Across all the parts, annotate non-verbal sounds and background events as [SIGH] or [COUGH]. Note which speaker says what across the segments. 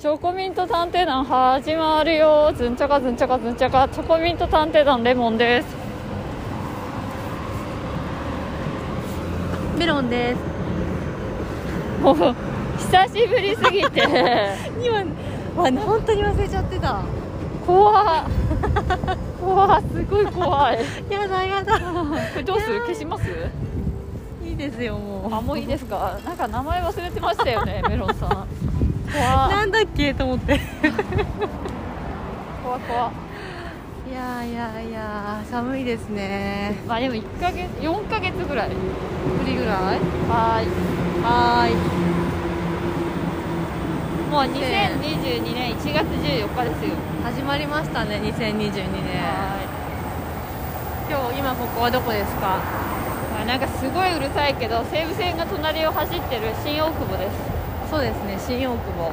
Speaker 1: チョコミント探偵団始まるよずんちゃかずんちゃかずんちゃかチョコミント探偵団レモンです [LAUGHS]
Speaker 2: メロンです
Speaker 1: もう久しぶりすぎ [LAUGHS] て
Speaker 2: 今あ本当に忘れちゃってた
Speaker 1: 怖っ怖っすごい怖い
Speaker 2: やだやだ [LAUGHS]
Speaker 1: これどうする消します
Speaker 2: いいですよもう
Speaker 1: あもういいですかなんか名前忘れてましたよ [LAUGHS] ねメロンさん怖っ
Speaker 2: なんだっけと思って
Speaker 1: 怖っ怖っ
Speaker 2: いやいやいや寒いですね
Speaker 1: まあでも1ヶ月4ヶ月ぐらい
Speaker 2: ぶりぐらい
Speaker 1: はーい
Speaker 2: はーい
Speaker 1: もう2022年1月14日ですよ
Speaker 2: 始まりましたね2022年
Speaker 1: は
Speaker 2: 今日今ここはどこですか
Speaker 1: ーいまあなんかすごいうるさいけど西武線が隣を走ってる新大久保です
Speaker 2: そうですね新大久保今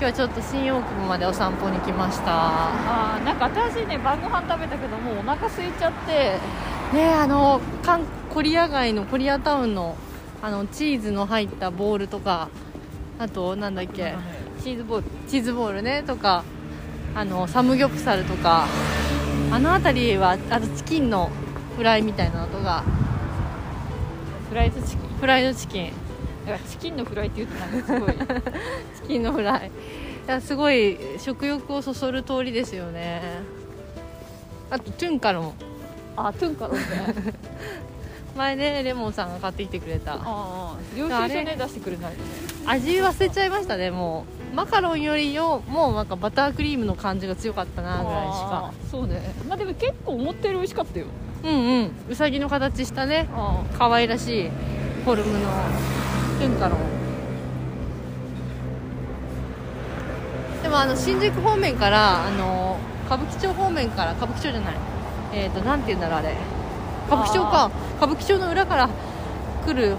Speaker 2: 日はちょっと新大久保までお散歩に来ました
Speaker 1: あーなんか私ね晩ご飯食べたけどもうお腹空いちゃって
Speaker 2: ねえあの韓コリア街のコリアタウンのあのチーズの入ったボールとかあとなんだっけ
Speaker 1: チーズボール
Speaker 2: チーズボールねとかあのサムギョプサルとかあの辺りはあとチキンのフライみたいなのとか
Speaker 1: フライドチキン
Speaker 2: フライドチキン
Speaker 1: だからチキンのフライって言ってたのがすご [LAUGHS] い
Speaker 2: チキンのフライいやすごい食欲をそそる通りですよねあとトゥンカロン
Speaker 1: あトゥンカロンね
Speaker 2: 前ねレモンさんが買ってきてくれた
Speaker 1: ああ領収書ね出してくれない
Speaker 2: 味忘れちゃいましたねもうマカロンよりよもうなんかバタークリームの感じが強かったなぐらいしか
Speaker 1: あーそうねまあでも結構思ったより美味しかったよ
Speaker 2: うんうんうさぎの形したね
Speaker 1: あ
Speaker 2: 可愛らしいフォルムのトゥンカロンでもあの新宿方面からあの歌舞伎町方面から歌舞伎町じゃないえっ、となんて言うんだろうあれ歌舞伎町
Speaker 1: あ
Speaker 2: か歌舞伎町の裏から来る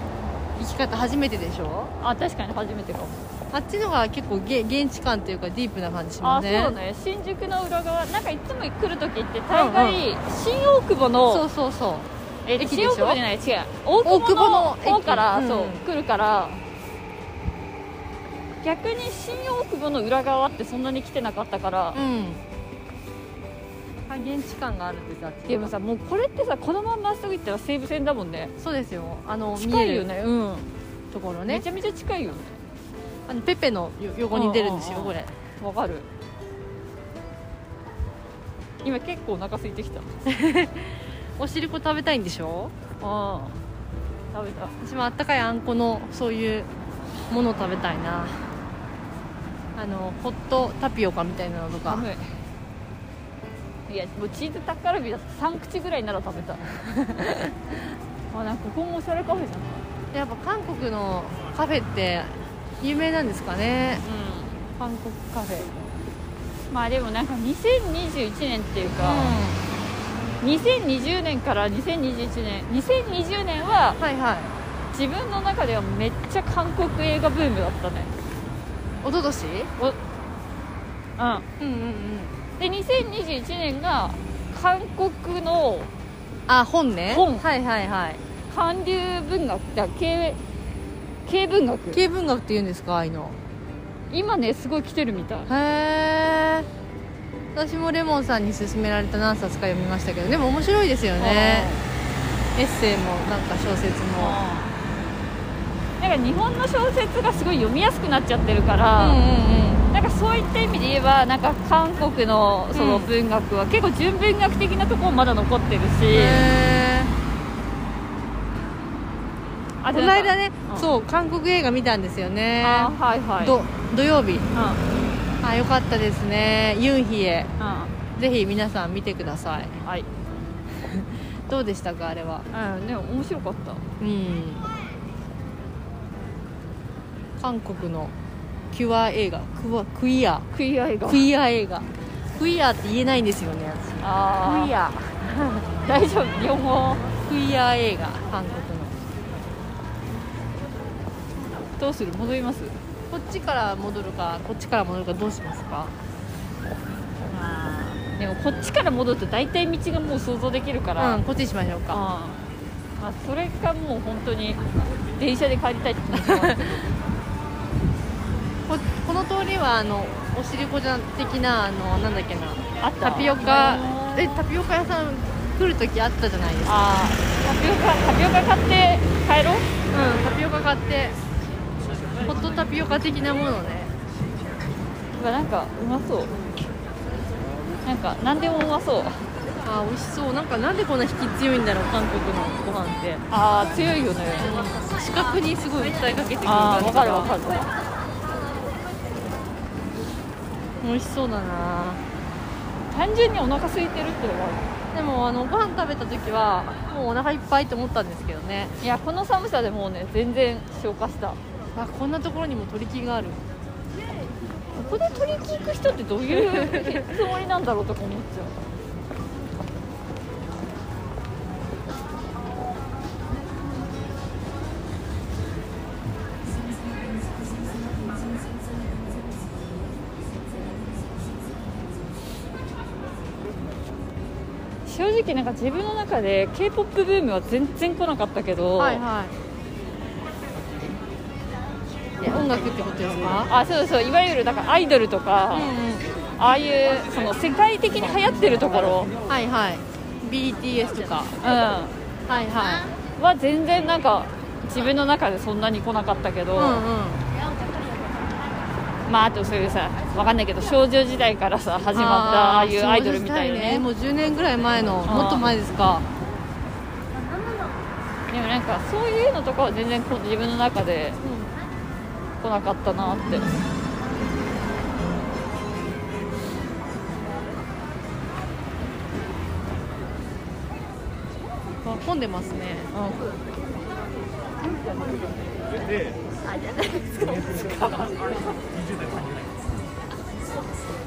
Speaker 2: 行き方初めてでしょ
Speaker 1: あ確かに初めてかも
Speaker 2: あっちのが結構げ現地感というかディープな感じし
Speaker 1: あ
Speaker 2: ま
Speaker 1: あ
Speaker 2: すね
Speaker 1: そうね新宿の裏側なんかいつも来る時って大概新大久保の、
Speaker 2: そうそうそう
Speaker 1: え
Speaker 2: 駅でし
Speaker 1: 新
Speaker 2: ょ
Speaker 1: 大久保じゃない違う大久
Speaker 2: 大久保
Speaker 1: 保
Speaker 2: の
Speaker 1: の
Speaker 2: 駅
Speaker 1: 方から、
Speaker 2: うん
Speaker 1: そう来るから逆に新大久保の裏側ってそんなに来てなかったから、
Speaker 2: うん現地感があるんですあっち
Speaker 1: でもさもうこれってさこのまままっすぐ行ったら西武線だもんね
Speaker 2: そうですよあの
Speaker 1: 近いよねうん、
Speaker 2: 見えるところ
Speaker 1: め
Speaker 2: ね
Speaker 1: ちゃめちゃ近いよね
Speaker 2: あのペペのよ横に出るんですよ
Speaker 1: うんうんう
Speaker 2: こ
Speaker 1: ん
Speaker 2: れ
Speaker 1: わかる今結構お腹空いてきた
Speaker 2: お汁粉食べたいんでしょ
Speaker 1: ああ食べた
Speaker 2: 私もあったかいあんこのそういうもの食べたいなあのホットタピオカみたいなのとか
Speaker 1: 寒いいやもうチーズタッカルビだ3口ぐらいなら食べ [LAUGHS] たあなんかここもおしゃれカフェじゃん
Speaker 2: やっぱ韓国のカフェって有名なんですかね
Speaker 1: うん、韓国カフェまあでもなんか2021年っていうか、2020年から2021年2020年は
Speaker 2: はいはい
Speaker 1: 自分の中ではめっちゃ韓国映画ブームだったね
Speaker 2: おととし
Speaker 1: おう
Speaker 2: うんうんうん
Speaker 1: んで2021年が韓国の
Speaker 2: あ本ね
Speaker 1: 本
Speaker 2: はいはいはい
Speaker 1: 韓流文学だ経経文学
Speaker 2: 軽文学って言うんですかああいうの
Speaker 1: 今ねすごい来てるみたい
Speaker 2: へえ私もレモンさんに勧められた何冊か読みましたけどでも面白いですよねエッセイもなんか小説
Speaker 1: うん
Speaker 2: も
Speaker 1: なんか日本の小説がすごい読みやすくなっちゃってるか
Speaker 2: う
Speaker 1: ら、
Speaker 2: んうん
Speaker 1: なんかそういった意味で言えばなんか韓国のその
Speaker 2: うん
Speaker 1: 文学は結構純文学的なところもまだ残ってるし、
Speaker 2: うんへ
Speaker 1: あ
Speaker 2: ー
Speaker 1: と
Speaker 2: こ
Speaker 1: なん
Speaker 2: の
Speaker 1: か
Speaker 2: 間ね
Speaker 1: うん
Speaker 2: そう韓国映画見たんですよね
Speaker 1: あーはいはい
Speaker 2: ど土曜
Speaker 1: う
Speaker 2: 日
Speaker 1: んうん
Speaker 2: あよかったですねユンヒエ
Speaker 1: は
Speaker 2: ぜひ皆さん見てください
Speaker 1: い、
Speaker 2: どうでしたかあれは
Speaker 1: うん、でも面白かった
Speaker 2: うん韓国のキュア映画クワクイア
Speaker 1: 食い合いが
Speaker 2: クイア映画クイアって言えないんですよね
Speaker 1: あ
Speaker 2: クイ
Speaker 1: あ [LAUGHS]
Speaker 2: ア
Speaker 1: 大丈夫日本語
Speaker 2: クイア映画韓国の
Speaker 1: どうする戻ります
Speaker 2: こっちから戻るかこっちから戻るかどうしますか
Speaker 1: でもこっちから戻ると大体道がもう想像できるから、
Speaker 2: うんこっちにしましょうか
Speaker 1: あーまあ、それかもう本当に電車で帰りたいって気持ちもあるけど
Speaker 2: ここの通りはあのおしりこじゃ的なあのなんだっけな
Speaker 1: あった
Speaker 2: タピオカえタピオカ屋さん来る時あったじゃないですか
Speaker 1: あータピオカタピオカ買って帰ろう
Speaker 2: うんタピオカ買ってホットタピオカ的なものね
Speaker 1: うわなんかうまそうなんか何でもうまそう
Speaker 2: あー美味しそうなんかなんでこんな引き強いんだろう韓国のご飯って
Speaker 1: ああ強いよね
Speaker 2: 視覚にすごい訴えかけてくる
Speaker 1: あ
Speaker 2: 感
Speaker 1: あ
Speaker 2: じ
Speaker 1: わ
Speaker 2: が
Speaker 1: かるわかる
Speaker 2: 美味しそうだな
Speaker 1: 単純にお腹空いてるってのもあ
Speaker 2: でもあのご飯食べた時はもうお腹いっぱいと思ったんですけどね
Speaker 1: るいやこの寒さでもうね全然消化した
Speaker 2: あこんなところにも鳥木がある
Speaker 1: ここで取り聞く人ってどういうつもりなんだろうとか思っちゃう正直なんか自分の中で k p o p ブームは全然来なかったけど、
Speaker 2: はいえ音楽ってことですか
Speaker 1: あそうそういわゆるだからアイドルとか、
Speaker 2: う
Speaker 1: ああいうその世界的に流行ってるところ、うん、
Speaker 2: んはいはい BTS とか
Speaker 1: は
Speaker 2: はいはい
Speaker 1: 全然なんか自分の中でそんなに来なかったけど、
Speaker 2: うん
Speaker 1: まああとそういうさわかんないけど少女時代からさ始
Speaker 2: うん
Speaker 1: まったああいうアイドルみたいな
Speaker 2: そうで
Speaker 1: ね
Speaker 2: すもう10年ぐらい前のもっと前ですか
Speaker 1: でもなんかそういうのとかは全然こう自分の中で来なかったなって
Speaker 2: あ混んでますね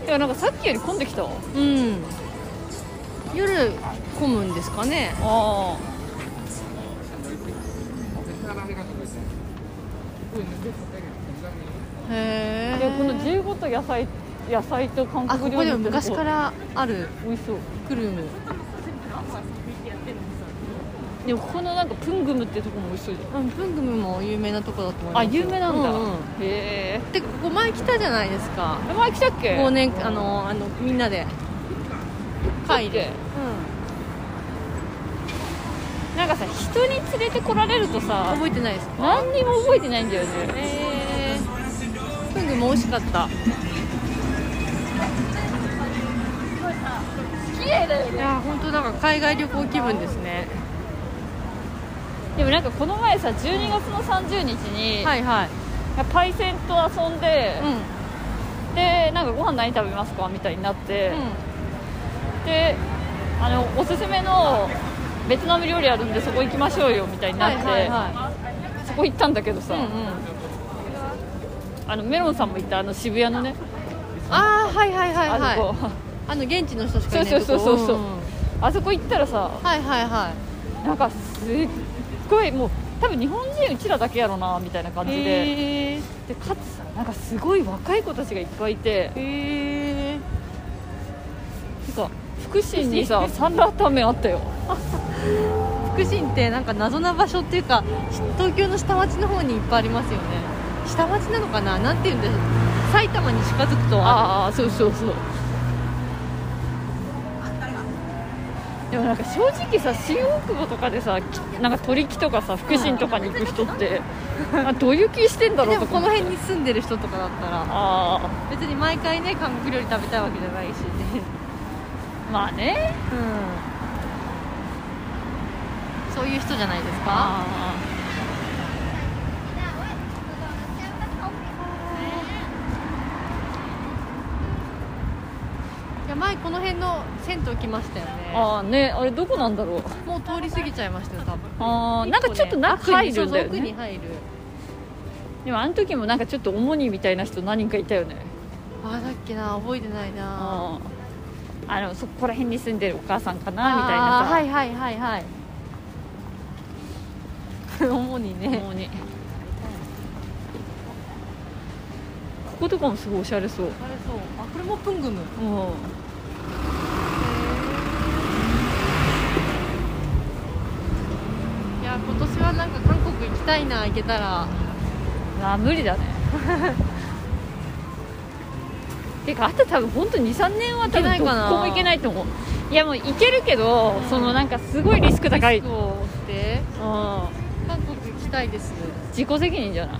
Speaker 1: でもなんかさっきより混んできたわ
Speaker 2: うん夜混むんですかね
Speaker 1: あ
Speaker 2: へ
Speaker 1: あでもこの
Speaker 2: え
Speaker 1: 15と野菜野菜と韓
Speaker 2: あこ
Speaker 1: 国料
Speaker 2: こ
Speaker 1: 理
Speaker 2: でも
Speaker 1: みたいなと
Speaker 2: 昔からある
Speaker 1: 美味しそう
Speaker 2: クルーム
Speaker 1: でもここのなんかプングムってとこも美味しそうじゃん
Speaker 2: うんプングムも有名なとこだと思います
Speaker 1: あ有名なんだ、
Speaker 2: うう
Speaker 1: へえ
Speaker 2: でここ前来たじゃないですか
Speaker 1: え前来たっけ
Speaker 2: 忘年あのあのみんなで会で
Speaker 1: なんかさ人に連れてこられるとさ
Speaker 2: 覚えてないですか
Speaker 1: 何にも覚えてないんだよね
Speaker 2: えー、プングも美味しかった
Speaker 1: 綺麗だよ
Speaker 2: いやー本当なんか海外旅行気分ですね
Speaker 1: でもなんかこの前さ12月の30日に、
Speaker 2: はいはい
Speaker 1: パイセンと遊んで
Speaker 2: う、ん、
Speaker 1: でなんかご飯何食べますかみたいになって、であのおすすめのベトナム料理あるんでそこ行きましょうよみたいにな
Speaker 2: は
Speaker 1: っ
Speaker 2: い
Speaker 1: て、
Speaker 2: はいは
Speaker 1: そこ行ったんだけどさ、
Speaker 2: いうんうん
Speaker 1: あのメロンさんも行ったあの渋谷のね、
Speaker 2: ああはいはいはいは
Speaker 1: あそ
Speaker 2: い
Speaker 1: こ
Speaker 2: あの現地の人しかいないとこ
Speaker 1: そうそうそうそうそうんあそこ行ったらさ
Speaker 2: はいはいはい
Speaker 1: なんかすっごいもう多分日本人うちらだけやろなみたいな感じで
Speaker 2: へえ
Speaker 1: でかつさなんかすごい若い子たちがいっぱいいて
Speaker 2: へえ
Speaker 1: なんか福神にさサンラータンメンあったよ
Speaker 2: 福神ってなんか謎な場所っていうかし東京の下町の方にいっぱいありますよね下町なのかななんていうんでしょう埼玉に近づくとあ
Speaker 1: ああそうそうそうでもなんか正直さ新大久保とかでさきなんか鳥木とかさ福神とかに行く人ってあどういう気してんだろ
Speaker 2: るで
Speaker 1: うと
Speaker 2: もこ
Speaker 1: か
Speaker 2: の辺に住んでる人とかだったら
Speaker 1: あ
Speaker 2: 別に毎回ね韓国料理食べたいわけじゃないしね
Speaker 1: あまあね
Speaker 2: うんそういう人じゃないですか
Speaker 1: あ
Speaker 2: いや前この辺の銭湯来ましたよね
Speaker 1: ーあーねあれどこなんだろう
Speaker 2: もう通り過ぎちゃいましたよ多分
Speaker 1: あーなんかちょっと中入るんだよ
Speaker 2: そうそう奥に
Speaker 1: ね
Speaker 2: 入る
Speaker 1: でもあの時もなんかちょっと重荷みたいな人何人かいたよね
Speaker 2: あだっけな覚えてないな
Speaker 1: ああのそこら辺に住んでるお母さんか
Speaker 2: あ
Speaker 1: なみたいなさ、
Speaker 2: ーはいはいはいはい
Speaker 1: [LAUGHS]
Speaker 2: 主にね
Speaker 1: もうねこことかもすごいおしゃれそう、
Speaker 2: あれそうあこれもプングムいや今年
Speaker 1: [LAUGHS]
Speaker 2: はなんか韓国行きたいな行けたら
Speaker 1: あ無理だねてかあと多分本当23年は多
Speaker 2: いけな
Speaker 1: 分
Speaker 2: い
Speaker 1: ど
Speaker 2: かな
Speaker 1: こも行けないと思ういやもう行けるけど、
Speaker 2: うん
Speaker 1: そのなんかすごいリスク高い
Speaker 2: リスクを負って
Speaker 1: うん
Speaker 2: 韓国行きたいです
Speaker 1: 自己責任じゃない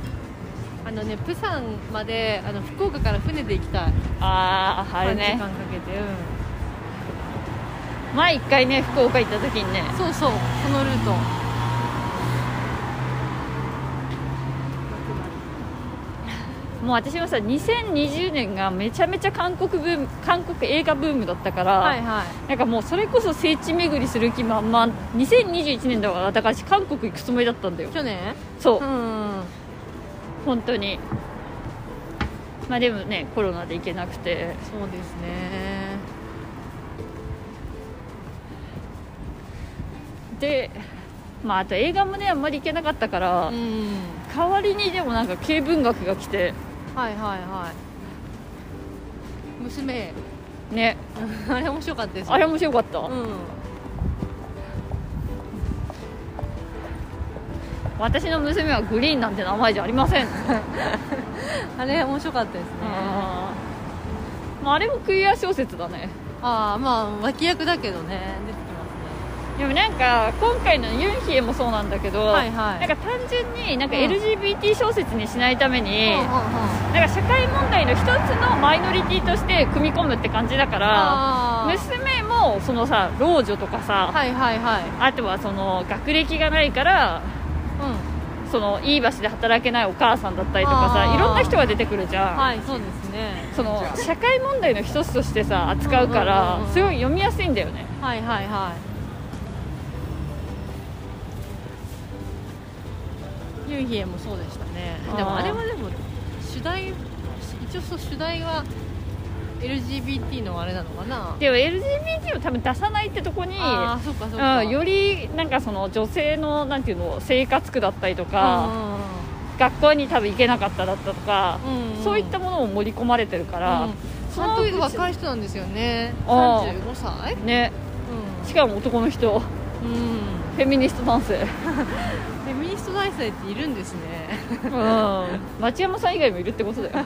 Speaker 2: あのねプサンまであの福岡から船で行きたい
Speaker 1: あああれね
Speaker 2: 3時間かけてう
Speaker 1: 前一回ね福岡行った時にね
Speaker 2: んそうそうこのルート
Speaker 1: もう私もさ2020年がめちゃめちゃ韓国ブーム韓国映画ブームだったから、
Speaker 2: はいはい
Speaker 1: なんかもうそれこそ聖地巡りする気満々2021年だからだから私韓国行くつもりだったんだよ
Speaker 2: 去年
Speaker 1: そう、
Speaker 2: うん
Speaker 1: 本当にまあでもねコロナで行けなくて
Speaker 2: そうですね
Speaker 1: でまああと映画もねあんまり行けなかったから、
Speaker 2: うん
Speaker 1: 代わりにでもなんか軽文学が来て
Speaker 2: はいはいはい娘
Speaker 1: ね
Speaker 2: あれ面白かったです
Speaker 1: あれ面白かった、
Speaker 2: うん
Speaker 1: 私の娘はグリーンなんて名前じゃありません、
Speaker 2: あれ面白かったですね
Speaker 1: あーまあ、あれもクリア小説だね
Speaker 2: ああまあ脇役だけどね出てきます
Speaker 1: で
Speaker 2: ね
Speaker 1: もなんか今回のユンヒエもそうなんだけど、
Speaker 2: はいはい
Speaker 1: なんか単純になんか
Speaker 2: うん
Speaker 1: LGBT 小説にしないために、
Speaker 2: うんうんうん
Speaker 1: なんか社会問題の一つのマイノリティとして組み込むって感じだから
Speaker 2: あー
Speaker 1: 娘もそのさ老女とかさ、
Speaker 2: はいはいはい
Speaker 1: あとはその学歴がないから
Speaker 2: うん
Speaker 1: そのいい場所で働けないお母さんだったりとか
Speaker 2: あ
Speaker 1: さ
Speaker 2: ー
Speaker 1: いろんな人が出てくるじゃん、
Speaker 2: はいそうですね
Speaker 1: その社会問題の一つとしてさ扱うか
Speaker 2: うんうんうん
Speaker 1: ら
Speaker 2: うん
Speaker 1: すごい読みやすいんだよね
Speaker 2: はいはいはユンヒエもそうでしたね
Speaker 1: あー
Speaker 2: でもあれはでも主題一応そう主題は LGBT のあれなのかな
Speaker 1: でも LGBT を多分出さないってとこに
Speaker 2: ああそうかそうか
Speaker 1: うん、よりなんかその女性のなんていうの生活苦だったりとか、学校に多分行けなかっただったとか、
Speaker 2: うんうんうんうん
Speaker 1: そういったものも盛り込まれてるから、
Speaker 2: うん
Speaker 1: そ
Speaker 2: 監
Speaker 1: の
Speaker 2: 督若い人なんですよね
Speaker 1: あー
Speaker 2: 35歳
Speaker 1: ねしかも男の人
Speaker 2: うん、うん、
Speaker 1: フェミニスト男性
Speaker 2: フェミニスト大生っているんですね
Speaker 1: うん [LAUGHS] 町山さん以外もいるってことだよ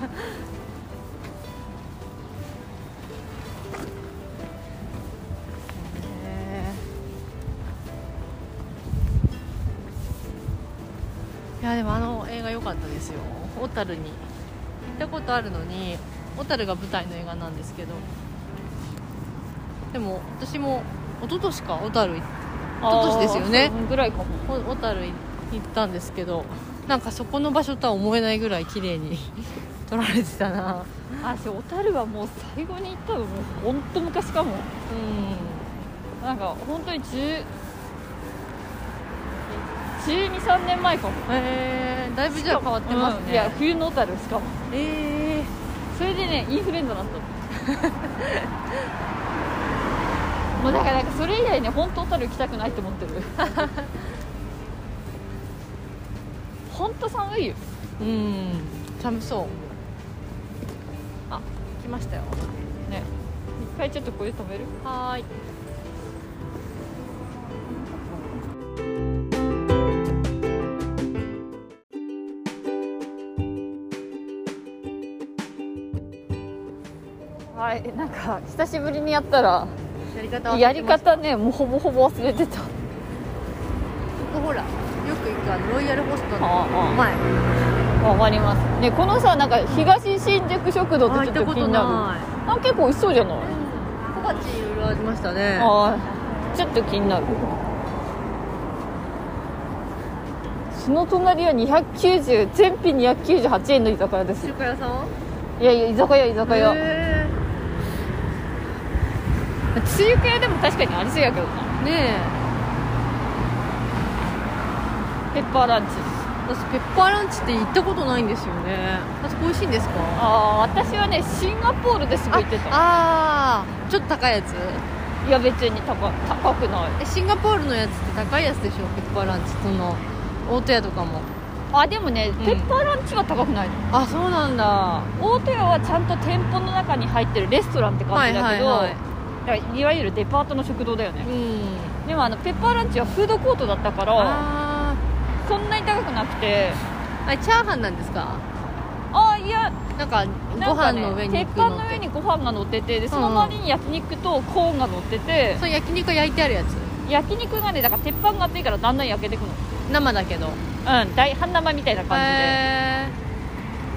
Speaker 2: いやでもあの映画良かったですよ小樽に行ったことあるのに小樽が舞台の映画なんですけどでも私も一昨年か小樽行っ
Speaker 1: あー
Speaker 2: 一昨年ですよね
Speaker 1: そんぐらいかも
Speaker 2: 小小樽行ったんですけどなんかそこの場所とは思えないぐらい綺麗に [LAUGHS] 撮られてたな
Speaker 1: あし小樽はもう最後に行ったのもう本当昔かも
Speaker 2: う
Speaker 1: なんか本当に1 2 3年前かも
Speaker 2: んえー、だいぶじゃあ変わってますね、
Speaker 1: うんいや冬の小樽しかも
Speaker 2: え
Speaker 1: それでねインフルエンザになったのもうだからなんかそれ以来ね本当小樽行きたくないって思ってる本当寒いよ
Speaker 2: ー、うん寒そうあ来ましたよ
Speaker 1: ね一回ちょっとこれ止める
Speaker 2: はーい
Speaker 1: はいなんか久しぶりにやったら
Speaker 2: やり方
Speaker 1: やり方ねもうほぼほぼ忘れてた
Speaker 2: ここほらよく行くあのロイヤルホストの
Speaker 1: ああ
Speaker 2: 前
Speaker 1: あわかりますねこのさなんか東新宿食堂ってちょっと気になる
Speaker 2: い
Speaker 1: あ結構美味しそうじゃない
Speaker 2: 小鉢いろいろありましたね
Speaker 1: あーちょっと気になるその隣は290全品298円の居酒屋です
Speaker 2: 中華屋さん
Speaker 1: いやいや居酒屋居酒屋
Speaker 2: へ
Speaker 1: 中華屋でも確かにありそうやけどな
Speaker 2: えねえ
Speaker 1: ペッパーランチ
Speaker 2: 私ペッパーランチって行ったことないんですよねあそこ美味しいんですか
Speaker 1: ああー私はねシンガポールですごい行ってた
Speaker 2: ああーちょっと高いやつ
Speaker 1: いや別に高高くない
Speaker 2: えシンガポールのやつって高いやつでしょペッパーランチその大戸屋とかも
Speaker 1: あでもね、
Speaker 2: うん
Speaker 1: ペッパーランチは高くないの
Speaker 2: あそうなんだは
Speaker 1: 大手屋はちゃんと店舗の中に入ってるレストランって感じだけど、いい、わゆるデパートの食堂だよね
Speaker 2: うん
Speaker 1: でもあのペッパーランチはフードコートだったから
Speaker 2: あ
Speaker 1: そんなに高くなくて
Speaker 2: ーあれチャーハンなんですか
Speaker 1: あいや
Speaker 2: なんか
Speaker 1: な
Speaker 2: ご
Speaker 1: んか
Speaker 2: 飯
Speaker 1: ね
Speaker 2: の上に
Speaker 1: 鉄板の上にご飯が乗っててでその周りに焼肉とコーンが乗ってて、
Speaker 2: そう焼肉焼いてあるやつ
Speaker 1: 焼肉がねだから鉄板が熱いからだんだん焼けてくの
Speaker 2: 生だけど
Speaker 1: うん大半生みたいな感
Speaker 2: へ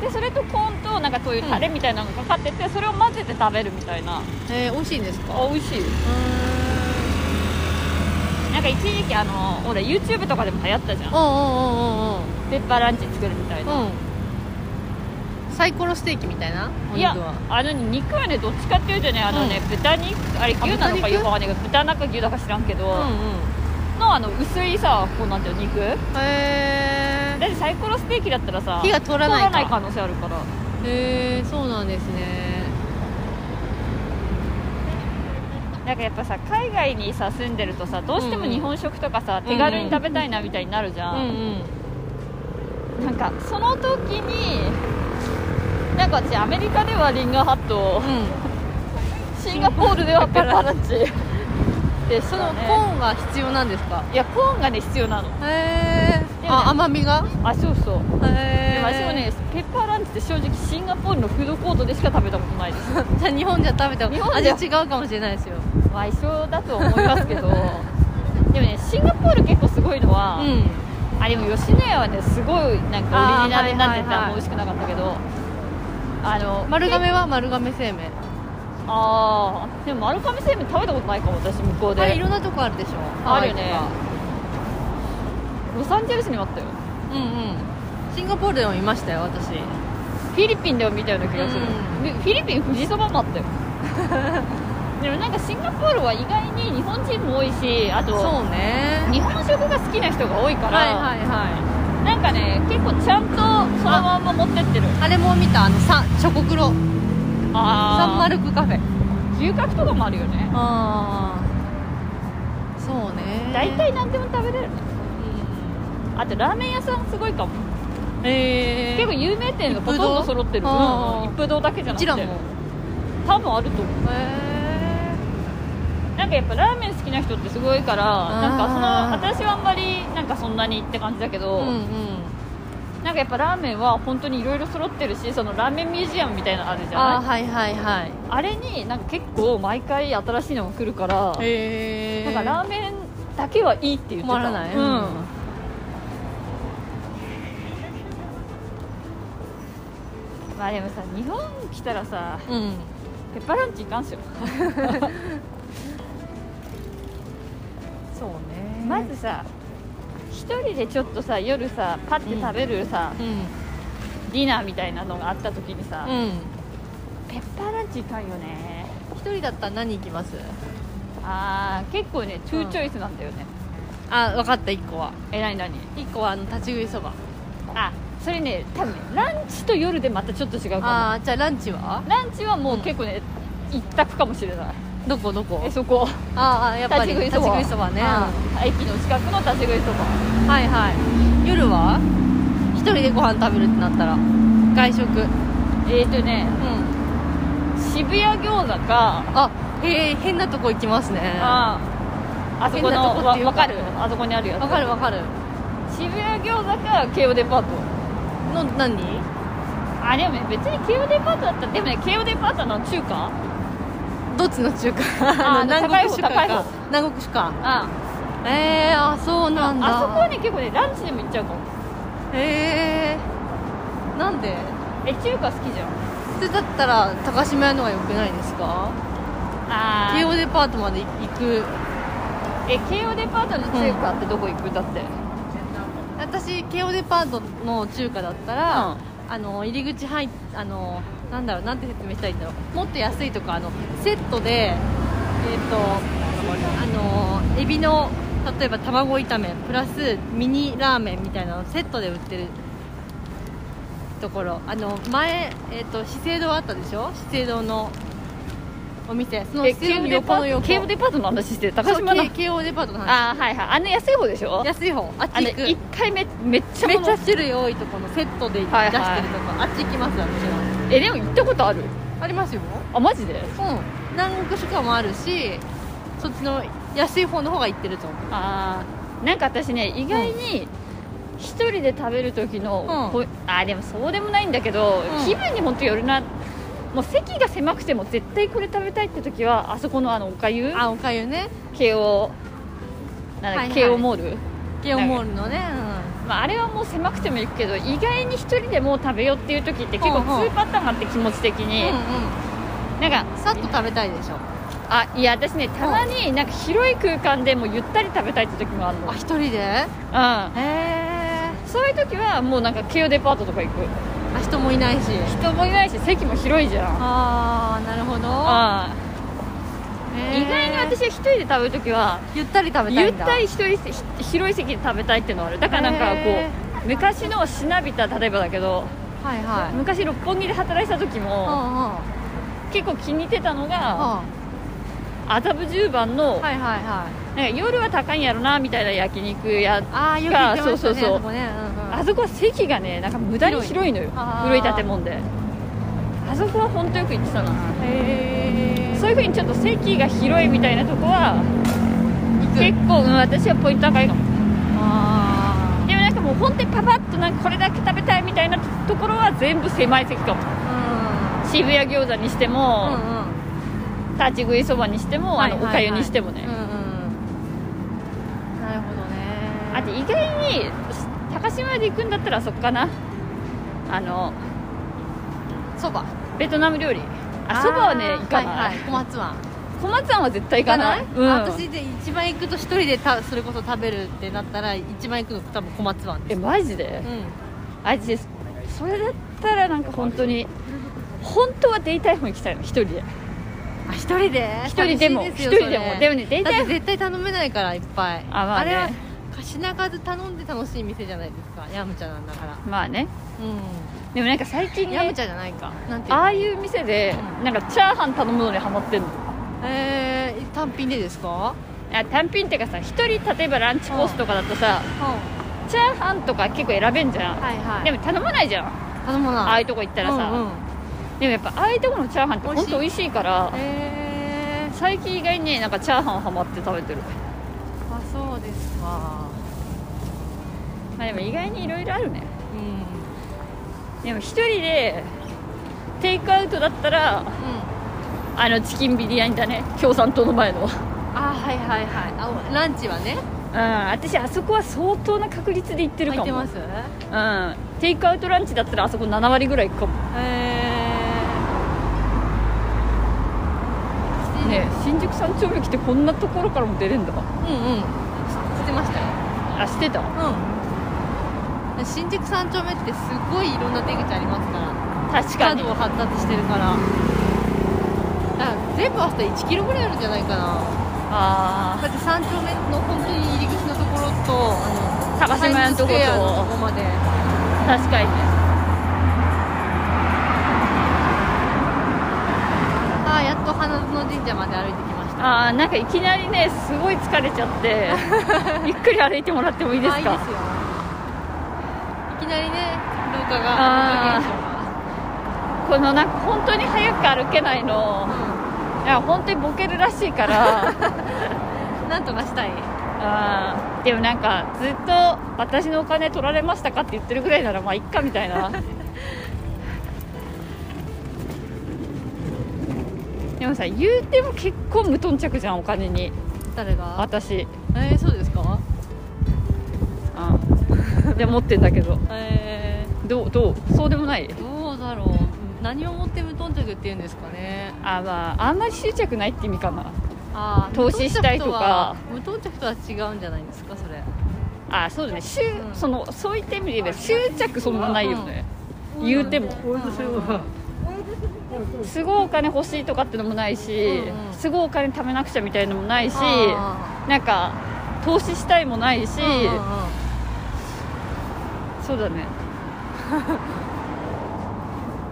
Speaker 1: じででそれとコーンとなんかそういうタレみたいなのがかかっててそれを混ぜて食べるみたいな
Speaker 2: ーえー、美味しいんですか
Speaker 1: あ美味しいよなんか一時期あのほら YouTube とかでも流行ったじゃん
Speaker 2: うーんうんうんうんうん
Speaker 1: ペッパーランチ作るみたいな、
Speaker 2: うんサイコロステーキみたいないお
Speaker 1: や
Speaker 2: 肉は
Speaker 1: あのね肉はねどっちかっていうとねあのね、
Speaker 2: う
Speaker 1: 豚肉あれ牛なのか
Speaker 2: 豚肉
Speaker 1: よくわかんないけど豚なんか牛だか知らんけど、
Speaker 2: うんうん
Speaker 1: のあの薄いさこうなんていうの肉だ
Speaker 2: へ
Speaker 1: ってサイコロステーキだったらさ
Speaker 2: 火が通らないか
Speaker 1: 通可能性あるから
Speaker 2: えへえそうなんですね
Speaker 1: なんかやっぱさ海外にさ住んでるとさどうしても
Speaker 2: うんうん
Speaker 1: 日本食とかさ、手軽に食べたいなみたいになるじ
Speaker 2: う
Speaker 1: ゃ
Speaker 2: ん
Speaker 1: ん、
Speaker 2: うん
Speaker 1: なんかその時になんか私アメリカではリンガーハット
Speaker 2: うん
Speaker 1: シンガポールではペッパーランチで
Speaker 2: そ
Speaker 1: そ
Speaker 2: の
Speaker 1: の
Speaker 2: コ
Speaker 1: コーン
Speaker 2: ーンが必要なんですか
Speaker 1: いやコーンがね必要なの
Speaker 2: へえ
Speaker 1: ね
Speaker 2: あ甘みが
Speaker 1: あそうそう
Speaker 2: へ
Speaker 1: で
Speaker 2: え
Speaker 1: も私もねペッパーランチって正直シンガポールのフードコートでしか食べたことないです
Speaker 2: [LAUGHS] じゃあ日本じゃ食べた
Speaker 1: 日本じゃ
Speaker 2: 味違うかもしれないですよ
Speaker 1: まあ一緒だと思いますけど [LAUGHS] でもねシンガポール結構すごいのは、
Speaker 2: うん
Speaker 1: あでも吉野家はねすごいなんかオリジナルになってた
Speaker 2: あーはいはいはい
Speaker 1: 美味しくなかったけどあの
Speaker 2: 丸
Speaker 1: け
Speaker 2: 亀は丸亀製麺
Speaker 1: ああでも丸亀製麺食べたことないかも私向こうで
Speaker 2: あれいろんなとこあるでしょ
Speaker 1: あるよね
Speaker 2: ハワイ
Speaker 1: ロサンゼルスにもあったよ
Speaker 2: とかうんうんシンガポールでもいましたよ私
Speaker 1: フィリピンでも見たような気がする、
Speaker 2: うん
Speaker 1: でフィリピン富士そばもあ
Speaker 2: [LAUGHS]
Speaker 1: ったよでもなんかシンガポールは意外に日本人も多いしあと
Speaker 2: そうね
Speaker 1: 日本食が好きな人が多いから、
Speaker 2: はいはいはい
Speaker 1: なんかね結構ちゃんとそのまんま持ってってる
Speaker 2: あれも見たあのさチョコクロサン
Speaker 1: あ
Speaker 2: マ
Speaker 1: あ
Speaker 2: ルクカフェ
Speaker 1: 牛角とかもあるよね
Speaker 2: ああそうね
Speaker 1: 大体何でも食べれるね
Speaker 2: うん
Speaker 1: あとラーメン屋さんすごいかも
Speaker 2: え
Speaker 1: 結構有名店がほとんど揃ってる
Speaker 2: 一風堂
Speaker 1: うん一風堂だけじゃ
Speaker 2: う
Speaker 1: な
Speaker 2: ちら
Speaker 1: く
Speaker 2: もへ
Speaker 1: て多分あると思う
Speaker 2: え
Speaker 1: なんかやっぱラーメン好きな人ってすごいから
Speaker 2: ー
Speaker 1: なんかその私はあんまりなんかそんなにって感じだけど、
Speaker 2: うんうん
Speaker 1: なんかやっぱラーメンは本当にいろいろ揃ってるしそのラーメンミュージアムみたいなのあるじゃない
Speaker 2: あーはいはいはい
Speaker 1: あれになんか結構毎回新しいのが来るから、
Speaker 2: へ
Speaker 1: なんかラーメンだけはいいって言ってた
Speaker 2: 困らない
Speaker 1: うんまあでもさ日本来たらさ
Speaker 2: うん、うん、
Speaker 1: ペッパーランチ行かんすよ
Speaker 2: そうね
Speaker 1: まずさ一人でちょっとさ夜さパッて食べるさ、
Speaker 2: うん
Speaker 1: ディナーみたいなのがあった時にさ、
Speaker 2: うん
Speaker 1: ペッパーランチ行かんよね
Speaker 2: 一人だったら何行きます
Speaker 1: あー結構ねトゥーチョイスなんだよね、
Speaker 2: あ分かった1個は
Speaker 1: えなになに
Speaker 2: 1個はあの立ち食いそば
Speaker 1: あそれね多分ねランチと夜でまたちょっと違うか
Speaker 2: ああじゃあランチは
Speaker 1: もランチはもう結構ね、一択かもしれない
Speaker 2: どこどこ
Speaker 1: えそこ
Speaker 2: あーあーやっぱり
Speaker 1: 立ち食いそば
Speaker 2: 立ち食いそばね
Speaker 1: うん駅の近くの立ち食いそば
Speaker 2: はいはい夜は一人でご飯食べるってなったら外食うん
Speaker 1: えっ、ー、とね渋谷餃子か
Speaker 2: あへえ変なとこ行きますねわ
Speaker 1: あーあそこ
Speaker 2: 変な
Speaker 1: の
Speaker 2: とこっ
Speaker 1: わ
Speaker 2: ていうか
Speaker 1: わかるあそこにあるやつ
Speaker 2: かるわかる
Speaker 1: 渋谷餃子か京王デパート
Speaker 2: の何
Speaker 1: あでもね別に京王デパートだったらでもね京王デパートの中華
Speaker 2: どっちの中華
Speaker 1: あー
Speaker 2: あの南国酒
Speaker 1: 高い方
Speaker 2: か
Speaker 1: 高
Speaker 2: 南国酒か
Speaker 1: あ
Speaker 2: えー、あそうなんだ
Speaker 1: あそこはね結構ねランチでも行っちゃうかも
Speaker 2: へえー、なんで
Speaker 1: え中華好きじゃん
Speaker 2: それだったら高島屋のが良くないですか
Speaker 1: あ
Speaker 2: 慶応デパートまで行く
Speaker 1: え慶応デパートの中華ってどこ行くだって、
Speaker 2: 私慶応デパートの中華だったら、
Speaker 1: うん
Speaker 2: あの入り口入っあのなんだろうなんて説明したらいいんだろうもっと安いとかあのセットでえっ、とあのエビの例えば卵炒めプラスミニラーメンみたいなのセットで売ってるところあの前、えっと資生堂あったでしょ資生堂のお店その資
Speaker 1: え
Speaker 2: 生
Speaker 1: 慶
Speaker 2: 堂
Speaker 1: 応
Speaker 2: の
Speaker 1: デパ
Speaker 2: 横の
Speaker 1: ート
Speaker 2: 横
Speaker 1: 慶応デパートの話して高島の
Speaker 2: そう慶応デパートの話
Speaker 1: あーはいはいあの安い方でしょ
Speaker 2: 安い方あっ
Speaker 1: あ
Speaker 2: ち
Speaker 1: の
Speaker 2: 行く
Speaker 1: 1回目めっちゃ
Speaker 2: めっ
Speaker 1: 物
Speaker 2: ちゃ種類多いとこのセットで出してるとこ、
Speaker 1: はいはい
Speaker 2: あっち行きます私は
Speaker 1: えでも行ったことある
Speaker 2: ありますよ
Speaker 1: あマジで
Speaker 2: うん南国酒館もあるしそっちの安い方の方が行ってると思う
Speaker 1: ああなんか私ね意外に、一人で食べる時の、こ
Speaker 2: う
Speaker 1: あでもそうでもないんだけど、
Speaker 2: うん
Speaker 1: 気分に本当よるなもう席が狭くても絶対これ食べたいって時はあそこのあのおかゆ
Speaker 2: あおかゆね
Speaker 1: 慶応なんだっ
Speaker 2: はいはい
Speaker 1: け慶応モール、
Speaker 2: ゲオモールのね、
Speaker 1: まあ、あれはもう狭くても行くけど意外に一人でもう食べようっていう時って結構
Speaker 2: うんうん
Speaker 1: 2パターンあって気持ち的
Speaker 2: うん、
Speaker 1: に、
Speaker 2: うん
Speaker 1: なん
Speaker 2: う
Speaker 1: か
Speaker 2: んさっと食べたいでしょ
Speaker 1: あいや私ねたまになんか広い空間でもうゆったり食べたいって時もあるの
Speaker 2: あ一人でへ
Speaker 1: う
Speaker 2: え
Speaker 1: んそういう時はもうなんか京王デパートとか行く
Speaker 2: あ人もいないし
Speaker 1: 人もいないし席も広いじゃん
Speaker 2: ああなるほど
Speaker 1: あ
Speaker 2: へ
Speaker 1: 意
Speaker 2: ー
Speaker 1: 外に私は一人で食べる時は
Speaker 2: ゆったり食べた
Speaker 1: ゆ
Speaker 2: い
Speaker 1: っ
Speaker 2: んだ
Speaker 1: たり一人ひ広い席で食べたいっていうのはあるだからなんかこ
Speaker 2: へ
Speaker 1: う昔のしなびた例えばだけど
Speaker 2: はいはい
Speaker 1: 昔六本木で働いてた時
Speaker 2: うん
Speaker 1: も
Speaker 2: うん
Speaker 1: 結構気に入ってたのが
Speaker 2: う
Speaker 1: 麻布十番の
Speaker 2: んはいはいはい
Speaker 1: なんか夜は高いんやろなみたいな焼肉屋
Speaker 2: ああよく言ってました
Speaker 1: そうそう
Speaker 2: ね
Speaker 1: そう
Speaker 2: こねうんうん
Speaker 1: あそこは席がねなんか無駄に広いのよ
Speaker 2: あー
Speaker 1: 古い建物であそこは本当よく行ってたな
Speaker 2: へえ
Speaker 1: そういうふうにちょっと席が広いみたいなとこは結
Speaker 2: 行く
Speaker 1: 構、うん、私はポイント高いかも
Speaker 2: あ
Speaker 1: でもなんかもう本当にパパッとなんかこれだけ食べたいみたいなところは全部狭い席かも
Speaker 2: あ
Speaker 1: 渋谷餃子にして
Speaker 2: う
Speaker 1: も、
Speaker 2: んうんうん
Speaker 1: 立ち食いそばにしても、
Speaker 2: はいはい
Speaker 1: あのおかゆにしてもね、
Speaker 2: うんうんなるほどね
Speaker 1: あと意外に高島屋で行くんだったらそこかなあの
Speaker 2: そば
Speaker 1: ベトナム料理あそばはね
Speaker 2: あー
Speaker 1: 行かない、
Speaker 2: はいはい小松湾
Speaker 1: 小松庵は絶対行かないうん、
Speaker 2: あ私で一番行くと一人でたそれこそ食べるってなったら一番行くの多分小松湾で
Speaker 1: え
Speaker 2: す
Speaker 1: マジで
Speaker 2: うん
Speaker 1: あ私それだったらなんか本当に本当はデイタイフォン行きたいの一人で
Speaker 2: あ一人で
Speaker 1: 一人でも
Speaker 2: 寂しい
Speaker 1: 一
Speaker 2: すよ
Speaker 1: 人で
Speaker 2: そ
Speaker 1: も
Speaker 2: れ
Speaker 1: でもねデイ
Speaker 2: だっ
Speaker 1: タイフォ
Speaker 2: て
Speaker 1: ン
Speaker 2: 絶対頼めないからいっぱい
Speaker 1: あまあね
Speaker 2: れは品数頼んで楽しい店じゃないですかヤムチャなんだから
Speaker 1: まあね
Speaker 2: う
Speaker 1: でもなんか最近
Speaker 2: んヤム
Speaker 1: ね
Speaker 2: チャじゃないかなんていう
Speaker 1: あ
Speaker 2: の
Speaker 1: あいう店でなんかチャーハン頼むのにハマってんの
Speaker 2: えー、単品でですか
Speaker 1: あ単品っていうかさ一人例えばランチコースとかだとさ
Speaker 2: うん
Speaker 1: チャーハンとか結構選べんじゃん、
Speaker 2: はいはい
Speaker 1: でも頼まないじゃんあ
Speaker 2: 頼むな
Speaker 1: あいうとこ行ったらさ、
Speaker 2: うんうん
Speaker 1: でもやっぱああいうとこのチャーハンって本当美味しいから
Speaker 2: えー、
Speaker 1: 最近意外になんかチャーハンハマって食べてる
Speaker 2: あそうですか
Speaker 1: まあでも意外にいろいろあるね
Speaker 2: うんうん
Speaker 1: でも一人でテイクアウトだったらあのチキンビリヤニだね共産党の前のうん
Speaker 2: あはいはいはいあランチはね
Speaker 1: 私あそこは相当な確率で行ってる
Speaker 2: 入
Speaker 1: か
Speaker 2: っ
Speaker 1: も
Speaker 2: てますへ
Speaker 1: うん、テイクアウトランチだったらあそこ7割ぐらい行くかも
Speaker 2: えー、
Speaker 1: ねえ新宿三丁目駅ってこんなところからも出れんだ
Speaker 2: うんうん知ってましたよ
Speaker 1: あしてた
Speaker 2: うん新宿三丁目ってすごいいろんな出口ありますから
Speaker 1: 確かに
Speaker 2: 角を発達してるからだから全部合わせたら1キロぐらいあるんじゃないかな
Speaker 1: あ
Speaker 2: だって三丁目の本当に入り口のところとあの
Speaker 1: 高島屋のとこと
Speaker 2: タイムズスクエアのとこまで
Speaker 1: あ確かにね
Speaker 2: ああやっと花園神社まで歩いてきました
Speaker 1: ああなんかいきなりねすごい疲れちゃって
Speaker 2: [LAUGHS]
Speaker 1: ゆっくり歩いてもらってもいいですか
Speaker 2: あいいですよいきなりね廊下
Speaker 1: あ
Speaker 2: が
Speaker 1: ーこのなんか本当に早く歩けないの
Speaker 2: 廊下現
Speaker 1: いや本当にボケるらしいから
Speaker 2: 象がうんなんとかしたい
Speaker 1: あーでもなんかずっと「私のお金取られましたか?」って言ってるぐらいならまあいっかみたいなでもさ言うても結構無頓着じゃんお金に
Speaker 2: 誰が
Speaker 1: 私
Speaker 2: えー、そうですか
Speaker 1: あーで持ってんだけど
Speaker 2: え
Speaker 1: どうどうそうでもない
Speaker 2: ー、どうだろう何をもって無頓着っていうんですかね
Speaker 1: あーまああんまり執着ないって意味かな
Speaker 2: あー
Speaker 1: 投資したいとか
Speaker 2: 無頓着とは無頓着とは違うんじゃないですかそれ
Speaker 1: あーそうだね、執
Speaker 2: うん
Speaker 1: そのそういった意味で言えば執着そんなないよね、言うてもすごいお金欲しいとかってのもないし、
Speaker 2: うんうん
Speaker 1: すごいお金貯めなくちゃみたいのもないし
Speaker 2: あ
Speaker 1: なんか投資したいもないし、
Speaker 2: ーうんうんうん
Speaker 1: そうだね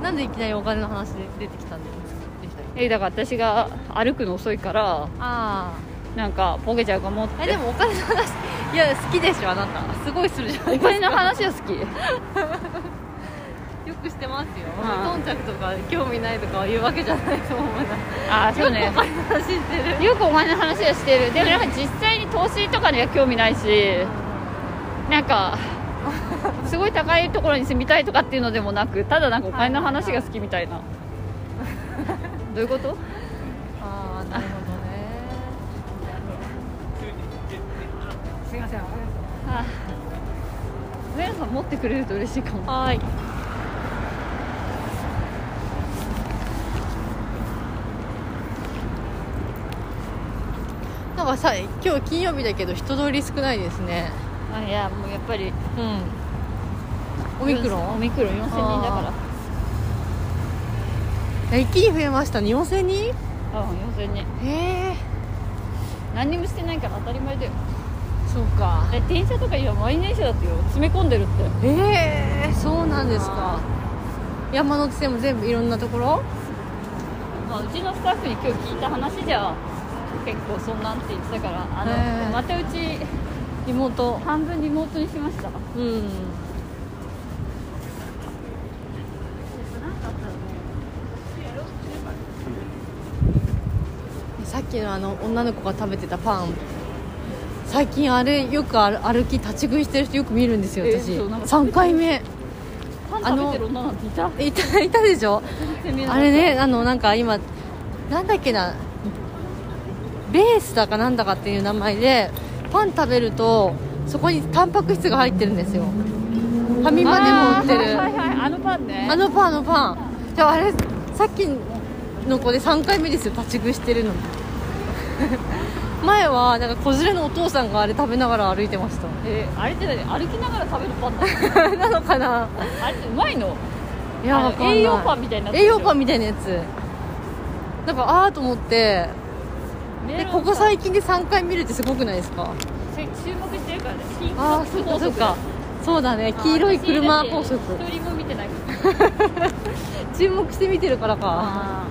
Speaker 2: なんでいきなりお金の話で出てきたんですかでしたっけ
Speaker 1: えだから私が歩くの遅いから
Speaker 2: あ
Speaker 1: なんかボケちゃうかもっ
Speaker 2: あ [LAUGHS] え
Speaker 1: て
Speaker 2: でもお金の話いや好きでしょあなたすごいするじゃない
Speaker 1: お
Speaker 2: ですか
Speaker 1: [LAUGHS] 金の話は好
Speaker 2: [LAUGHS]
Speaker 1: き
Speaker 2: よくしてますよ
Speaker 1: うん
Speaker 2: 無頓着とか興味ないとかは言うわけじゃないと思うな
Speaker 1: ああそうね
Speaker 2: よくお金の話し
Speaker 1: [LAUGHS]
Speaker 2: てる
Speaker 1: よくお金の話はしてるでもなんか実際に投資とかには興味ないしなんかすごい高いところに住みたいとかっていうのでもなくただなんかお金の話が好きみたいなどういうこと
Speaker 2: ああなるほど [LAUGHS] ね
Speaker 3: すいませんわかりました
Speaker 1: ああ上野さん持ってくれると嬉しいかも
Speaker 2: はいなんかさ今日金曜日だけど人通り少ないですね
Speaker 1: あいやもうやっぱり
Speaker 2: うんオミクロ
Speaker 1: オ
Speaker 2: ン
Speaker 1: ミクロン4000人だから
Speaker 2: いや一気に増えましたね4000人
Speaker 1: あ4000人
Speaker 2: へえ
Speaker 1: 何にもしてないから当たり前だよ
Speaker 2: そうか
Speaker 1: え電車とか今満員電車だってよ詰め込んでるって
Speaker 2: へえそうなんですか山手線も全部いろんなところ
Speaker 1: まあ、うちのスタッフに今日聞いた話じゃ結構そんなんって言ってたからあの、
Speaker 2: へえ
Speaker 1: またうち
Speaker 2: 妹
Speaker 1: 半分リモートにしました
Speaker 2: うんさっきのあの女の子が食べてたパン最近あれよく歩歩き立ち食いしてる人よく見るんですよ
Speaker 1: え
Speaker 2: 私、
Speaker 1: そうなんか
Speaker 2: 3回目
Speaker 1: パン食べてる女なんていた
Speaker 2: いたいたでしょ
Speaker 1: 全然
Speaker 2: あれねあのなんか今なんだっけなベースだかなんだかっていう名前でパン食べるとそこにタンパク質が入ってるんですよファミ
Speaker 1: 見
Speaker 2: マでも売って
Speaker 1: はい
Speaker 2: る
Speaker 1: は
Speaker 2: あ
Speaker 1: いはいあのパンね
Speaker 2: のパンあのパンじゃああれさっきの子で3回目ですよ立ち食いしてるの [LAUGHS] 前はなんか子連れのお父さんがあれ食べながら歩いてました
Speaker 1: えーあれって何歩きながら食べるパンだ
Speaker 2: [LAUGHS] なのかな
Speaker 1: あれってうまいの
Speaker 2: いや
Speaker 1: あの
Speaker 2: わかんない
Speaker 1: 栄養パンみたいになってる
Speaker 2: 栄
Speaker 1: でしょ
Speaker 2: 養パンみたいなやつなんかああーと思って
Speaker 1: メ
Speaker 2: で
Speaker 1: ロン
Speaker 2: ここ
Speaker 1: さ
Speaker 2: 最近で3回見るってすごくないですか
Speaker 1: せ注目してるからねピンク
Speaker 2: あ
Speaker 1: の
Speaker 2: あ
Speaker 1: 服
Speaker 2: そっか
Speaker 1: 法
Speaker 2: そっ
Speaker 1: 則
Speaker 2: かそうだね黄色い車高速
Speaker 1: あ私だって一人も見てないから
Speaker 2: 注目して見てるからか
Speaker 1: あ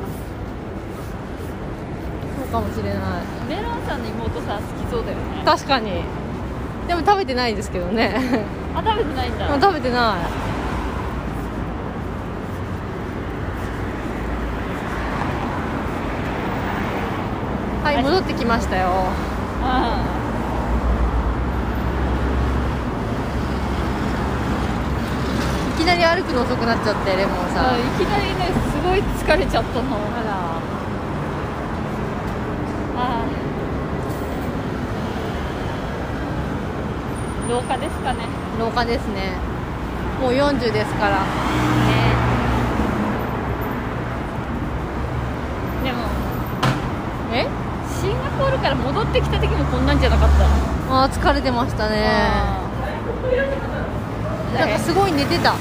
Speaker 2: そうかもしれない
Speaker 1: ーメロンさんの妹さ好きそうだよね
Speaker 2: 確かにでも食べてないですけどね [LAUGHS]
Speaker 1: あ食べてないんだ
Speaker 2: もう食べてないはい戻ってきましたよ
Speaker 1: あ
Speaker 2: いきなり歩くの遅くなっちゃってレモン
Speaker 1: ー
Speaker 2: さ
Speaker 1: あ
Speaker 2: ん
Speaker 1: ーいきなりねすごい疲れちゃったの
Speaker 2: あら
Speaker 1: あー廊下ですかね
Speaker 2: 廊下ですねもう40ですから
Speaker 1: でも
Speaker 2: え
Speaker 1: シンガポールから戻ってきた時もこんなんじゃなかった
Speaker 2: あー疲れてましたね
Speaker 1: あー
Speaker 2: なんかすごい寝てたうん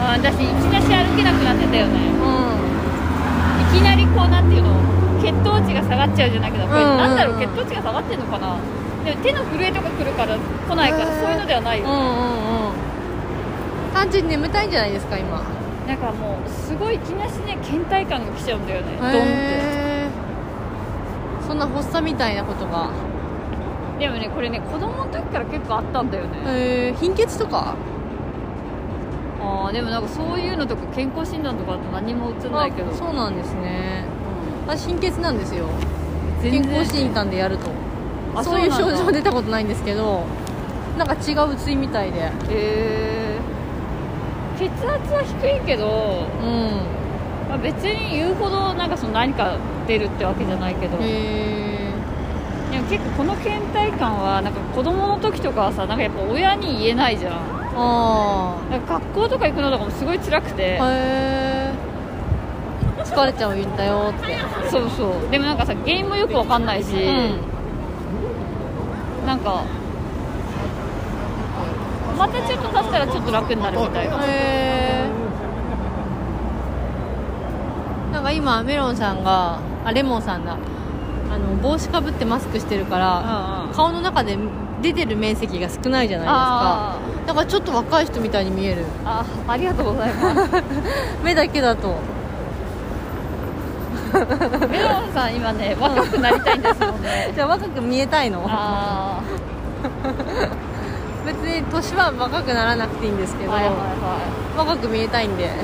Speaker 1: あー私いきなし歩けなくなってたよねいきなりこうなんていうの血糖値が下がっちゃうじゃなくてこれ
Speaker 2: うんうんうん
Speaker 1: なんだろう血糖値が下がってんのかなでも手の震えとか来るから来ないから
Speaker 2: へー
Speaker 1: そういうのではない
Speaker 2: うんう
Speaker 1: よ、
Speaker 2: んうん単純に眠たいんじゃないですか今
Speaker 1: なんかもうすごいいきなしね倦怠感が来ちゃうんだよねドンって
Speaker 2: へーそんな発作みたいなことが
Speaker 1: でもねこれね子供の時から結構あったんだよね、
Speaker 2: へえ貧血とか
Speaker 1: あーでもなんかそういうのとか健康診断とかだと何も映んないけど、
Speaker 2: あそうなんですね
Speaker 1: う
Speaker 2: 私貧血なんですよ
Speaker 1: ん
Speaker 2: 健
Speaker 1: 全然
Speaker 2: 康診断でやると
Speaker 1: あ
Speaker 2: そういう
Speaker 1: そう
Speaker 2: 症
Speaker 1: なんだ
Speaker 2: 状出たことないんですけどなんか違う対みたいで
Speaker 1: えー、血圧は低いけど、
Speaker 2: うん
Speaker 1: まあ、別に言うほどなんかその何か出るってわけじゃないけど、
Speaker 2: へ
Speaker 1: でも結構この倦怠感はなんか子供の時とかはさなんかやっぱ親に言えないじゃん
Speaker 2: ーあ
Speaker 1: なんか学校とか行くのとかもすごい辛くて、
Speaker 2: ーへえ疲れちゃうんだよって
Speaker 1: そうそうでもなんかさ原因もよくわかんないし、なんかまたちょっと経ったらちょっと楽になるみたいな
Speaker 2: へえなんか今メロンさんがあレモンさんだあの帽子かぶってマスクしてるから、
Speaker 1: あ
Speaker 2: 顔の中で出てる面積が少ないじゃない
Speaker 1: あ
Speaker 2: ですかだからちょっと若い人みたいに見える
Speaker 1: あありがとうございます [LAUGHS]
Speaker 2: 目だけだと
Speaker 1: メロンさん今ね若くなりたいんですもんね
Speaker 2: じゃあ若く見えたいの
Speaker 1: [LAUGHS] あー
Speaker 2: 別に年は若くならなくていいんですけど、
Speaker 1: はいはいは
Speaker 2: 若く見えたいんで
Speaker 1: いいや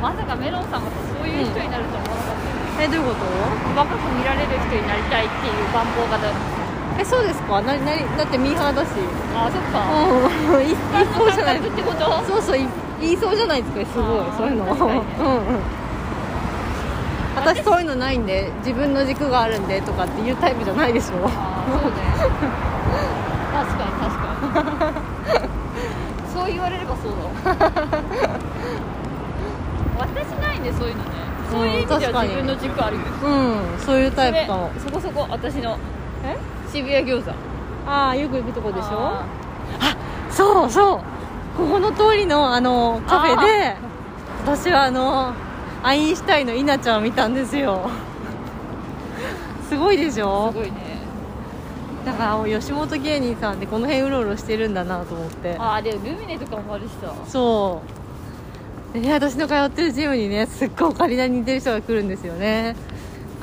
Speaker 1: まさかメロンさんがそういう人になるとは思わなかったよね
Speaker 2: えどういうこと
Speaker 1: 若く見られる人になりたいっていう願望がだ
Speaker 2: えそうですかなになにだってミーハーだし
Speaker 1: あそっか
Speaker 2: うん [LAUGHS] 言い
Speaker 1: 一般
Speaker 2: そう
Speaker 1: の
Speaker 2: じゃな
Speaker 1: 感
Speaker 2: い
Speaker 1: 覚ってこと
Speaker 2: そうそうい言いそうじゃないですかすごい
Speaker 1: あー
Speaker 2: そういうの
Speaker 1: 確かにね
Speaker 2: うんうん私 [LAUGHS] そういうのないんで自分の軸があるんでとかっていうタイプじゃないでしょ
Speaker 1: あーそうね確かに確かにそう言われればそうだわ私ないねそういうのねそういう意味で
Speaker 2: うん確
Speaker 1: は
Speaker 2: かに
Speaker 1: 自分の軸あるよ
Speaker 2: [LAUGHS] うんそういうタイプかも
Speaker 1: それそこそこ私の
Speaker 2: え
Speaker 1: 渋谷餃子
Speaker 2: ああよく行くとこでしょ
Speaker 1: あ
Speaker 2: そうそうここの通りのあのカフェで私はあのアインシュタインの稲ちゃんを見たんです [LAUGHS] よすごいでし
Speaker 1: ー
Speaker 2: ょ
Speaker 1: すごいね
Speaker 2: だから吉本芸人さんでこの辺うろうろしてるんだなと思って
Speaker 1: ああでルミネとかもあるしさ
Speaker 2: そうでね私の通ってるジムにねすっごいオカリナに似てる人が来るんですよね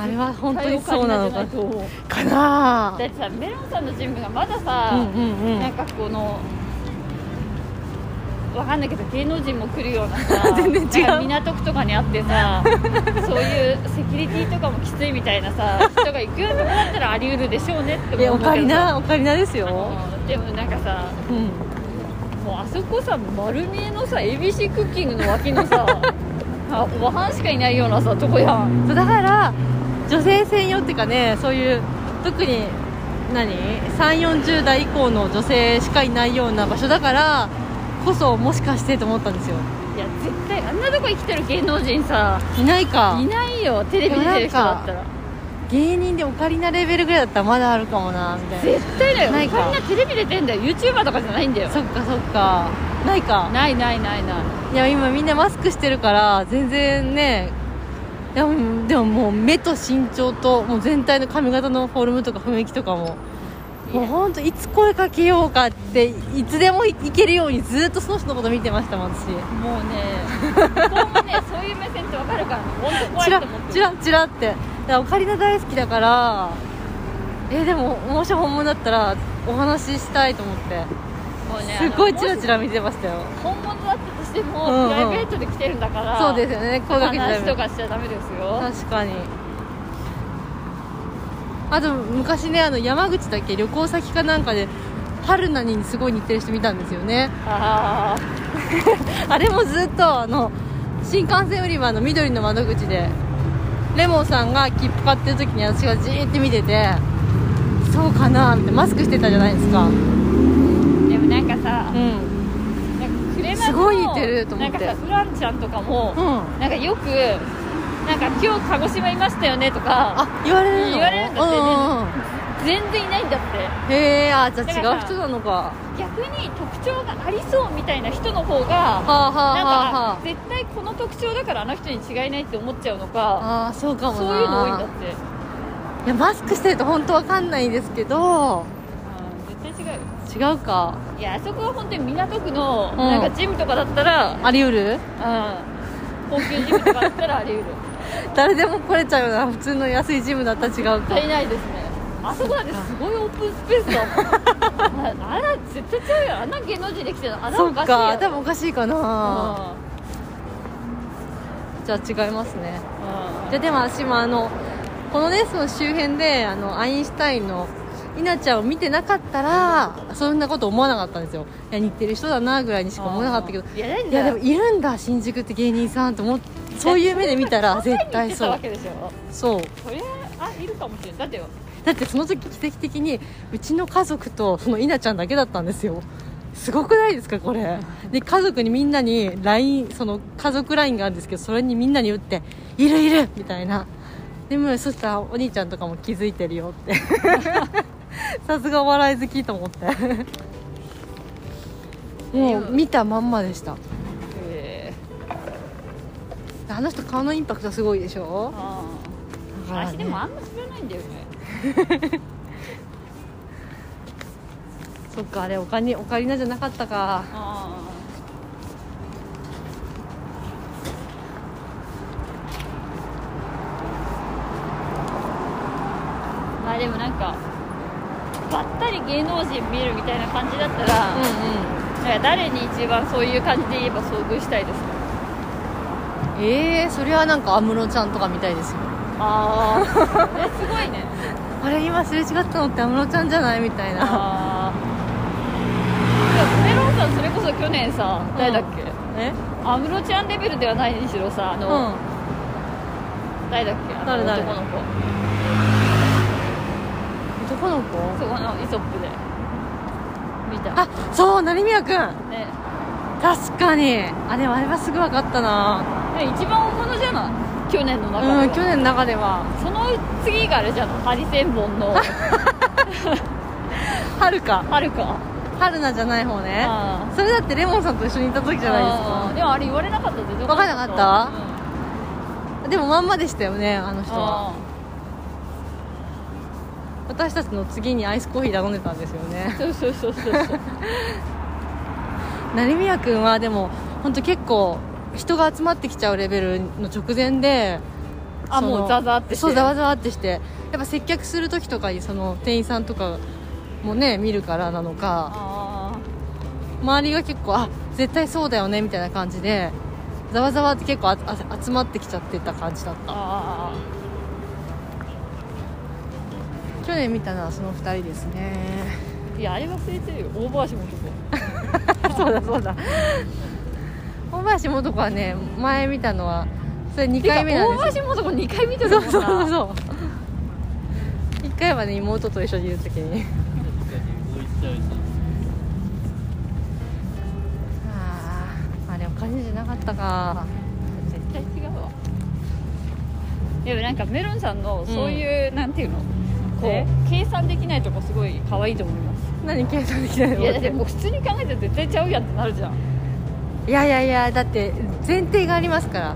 Speaker 2: あれは本当にそうなの
Speaker 1: 対応可
Speaker 2: か
Speaker 1: 能じゃいと思う
Speaker 2: かな
Speaker 1: だってさメロンさんのジムがまだ
Speaker 2: う
Speaker 1: さ、
Speaker 2: んうんうん
Speaker 1: なんかこのわかんないけど芸能人も来るようなさ
Speaker 2: [LAUGHS] 全然違う
Speaker 1: なんか港区とかにあって
Speaker 2: [LAUGHS]
Speaker 1: さそういうセキュリティとかもきついみたいなさ人が行くようなとこだったらあり得るでしょうねって
Speaker 2: いや
Speaker 1: 思
Speaker 2: オ
Speaker 1: うけど
Speaker 2: カリナオカリナです
Speaker 1: あ
Speaker 2: よ
Speaker 1: のでもなんかさ
Speaker 2: うん
Speaker 1: もうあそこさ丸見えのさ ABC クッキングの脇の
Speaker 2: [LAUGHS]
Speaker 1: さあおばはんしかいないようなさとこやん
Speaker 2: そうだから女性専用っていうかねそういう特に何340代以降の女性しかいないような場所だからこそもしかしてと思ったんですよ
Speaker 1: いや絶対あんなとこ生きてる芸能人さ
Speaker 2: いないか
Speaker 1: いないよテレビ出てる人だったら
Speaker 2: 芸人でオカリナレベルぐらいだったらまだあるかもなみたいな
Speaker 1: 絶対だよ
Speaker 2: な
Speaker 1: み
Speaker 2: い
Speaker 1: ん
Speaker 2: か
Speaker 1: なテレビ出てんだよ YouTuber とかじゃないんだよ
Speaker 2: そっかそっかないか
Speaker 1: ないないないない
Speaker 2: いや今みんなマスクしてるから全然ねでもでももう目と身長ともう全体の髪型のフォルムとか雰囲気とかももうほんといつ声かけようかっていつでもいけるようにずっとその人のこと見てましたもん私
Speaker 1: もう
Speaker 2: [LAUGHS]
Speaker 1: ね今後ねそういう目線ってわかるからね本当怖
Speaker 2: チ
Speaker 1: い
Speaker 2: ラ
Speaker 1: と思って
Speaker 2: チラチラってだからオカリナ大好きだからえでももし本物だったらお話ししたいと思って
Speaker 1: もうね
Speaker 2: すっごいチラチ
Speaker 1: ラ
Speaker 2: ラ見てましたよ
Speaker 1: 本物だったとしても、
Speaker 2: うんうん
Speaker 1: プライベートで来てるんだから
Speaker 2: そうですよね声かけてた
Speaker 1: 話とかしちゃダメですよ
Speaker 2: 確かにあと昔ねあの山口だっけ旅行先かなんかで春菜にすごい似てる人見たんですよね
Speaker 1: あー
Speaker 2: あれもずっとあの新幹線売り場の緑の窓口でレモンさんが切符買ってる時に私がじーって見ててそうかなってマスクしてたじゃないですかうん
Speaker 1: でもなんかさ、なんかクレマズの
Speaker 2: すごい似てると思って
Speaker 1: なんかさフランちゃんとかも、
Speaker 2: うん
Speaker 1: なんかよくなんか今日鹿児島いましたよねとか
Speaker 2: あ言われるの
Speaker 1: 言われるんだってね
Speaker 2: うんうんうん
Speaker 1: 全然いないんだって
Speaker 2: へえあじゃ
Speaker 1: だか
Speaker 2: あ違
Speaker 1: ら
Speaker 2: う人なのかは
Speaker 1: 逆に特徴がありそうみたいな人の方が
Speaker 2: あはあはあ
Speaker 1: なん
Speaker 2: は
Speaker 1: か絶対この特徴だからあの人に違いないって思っちゃうのか
Speaker 2: ああーそうかもな
Speaker 1: そういうの多いんだって
Speaker 2: いやマスクしてると本当わかんないですけど
Speaker 1: うん絶対違うよ
Speaker 2: 違うか
Speaker 1: いやあそこは本当に港区の
Speaker 2: ん
Speaker 1: なんかジムとかだったら、うん
Speaker 2: あり得る
Speaker 1: 高級ジムとかだったらあり得る
Speaker 2: [LAUGHS] 誰でも来れちゃうよな普通の安いジムだったら違う
Speaker 1: 絶
Speaker 2: か
Speaker 1: 対いないですねあそこだってすごいオープンスペース
Speaker 2: [LAUGHS]
Speaker 1: だもんああら絶対ちゃうよあんな芸能人できてるのあら
Speaker 2: そ
Speaker 1: お
Speaker 2: っ
Speaker 1: かしいよ
Speaker 2: か多分おかしいかな、
Speaker 1: う
Speaker 2: じゃあ違いますね
Speaker 1: んうん
Speaker 2: じゃあでも私もあのこのねその周辺であのアインシュタインの稲ちゃんを見てなかったらそんなこと思わなかったんですよいや似てる人だなぐらいにしか思わなかったけど
Speaker 1: いやなん
Speaker 2: いや
Speaker 1: だ
Speaker 2: で
Speaker 1: よ
Speaker 2: もいるんだ新宿って芸人さんと思ってそういう目で見たら絶対
Speaker 1: そんな
Speaker 2: そう
Speaker 1: に言ってたわけでしょ
Speaker 2: そう
Speaker 1: それあいるかもしれないだってよ
Speaker 2: だってその時奇跡的にうちの家族とその稲ちゃんだけだったんですよすごくないですかこれで家族にみんなに LINE その家族 LINE があるんですけどそれにみんなに打って「いるいる!」みたいなでもそしたらお兄ちゃんとかも気づいてるよって [LAUGHS] さすがお笑い好きと思ってもう見たまんまでした
Speaker 1: え
Speaker 2: あの人顔のインパクトすごいでしょ
Speaker 1: あ
Speaker 2: だからね
Speaker 1: 私でもあんま知らないんだよね
Speaker 2: そっかあれお金オカリナじゃなかったか
Speaker 1: ああまあでもなんかばったり芸能人見るみたいな感じだったら、
Speaker 2: うんうん
Speaker 1: なんか誰に一番そういう感じで言えば遭遇したいですか [LAUGHS]
Speaker 2: ええそれはなんか安室ちゃんとかみたいですよ [LAUGHS]
Speaker 1: ああすごいね
Speaker 2: あれ今すれ違ったのって安室ちゃんじゃないみたいな
Speaker 1: ああメロンさんそれこそ去年さ
Speaker 2: うん
Speaker 1: 誰だっけ
Speaker 2: え
Speaker 1: 安室、ちゃんレベルではないにしろさあ
Speaker 2: う
Speaker 1: の、
Speaker 2: ん
Speaker 1: 誰だっけあの
Speaker 2: 誰誰
Speaker 1: 男の子
Speaker 2: 男の子
Speaker 1: そこのイソップで見た
Speaker 2: あそう成宮君
Speaker 1: ね
Speaker 2: 確かにあでもあれはすぐ分かったな
Speaker 1: ね一番大物じゃない去年の中では、
Speaker 2: うん去年の中では
Speaker 1: その次があれじゃないハリセンボンの
Speaker 2: はるか
Speaker 1: はるか
Speaker 2: はるなじゃない方ね
Speaker 1: あ
Speaker 2: それだってレモンさんと一緒にいた時じゃないです
Speaker 1: あーでもあれ言われなかったで
Speaker 2: わかんなかかでもまんまでしたよねあの人は私たちの次にアイスコーヒー頼んでたんですよね
Speaker 1: そうそうそうそうそう
Speaker 2: 成宮君はでも本当結構人が集まってきちゃうレベルの直前で
Speaker 1: あ
Speaker 2: その
Speaker 1: もうザワザワってして
Speaker 2: そうざわざわってしてやっぱ接客する時とかにその店員さんとかもね見るからなのか
Speaker 1: ああ
Speaker 2: 周りが結構あ絶対そうだよねみたいな感じでざわざわって結構ああ集まってきちゃってた感じだった
Speaker 1: ああ
Speaker 2: 去年見たのはその2人ですね
Speaker 1: いやあれ忘れてるよ大林もとこ
Speaker 2: [LAUGHS] そうだそう [LAUGHS] だ大林素子はね前見たのはそれ2回目なんですよ
Speaker 1: てか大橋もとこ2回見てた
Speaker 2: そう
Speaker 1: もんな
Speaker 2: そうそうそう1回はね妹と一緒にいる時にあああれお金じゃなかったか
Speaker 1: 絶対違うわでもなんかメロンさんのそういう、なんていうのこ
Speaker 2: え
Speaker 1: う計算できないとこすごい可愛いと思います
Speaker 2: 何計算できないの
Speaker 1: いやだってもう普通に考えて絶対ちゃうやんってなるじゃん
Speaker 2: いやいやいやだって前提がありますか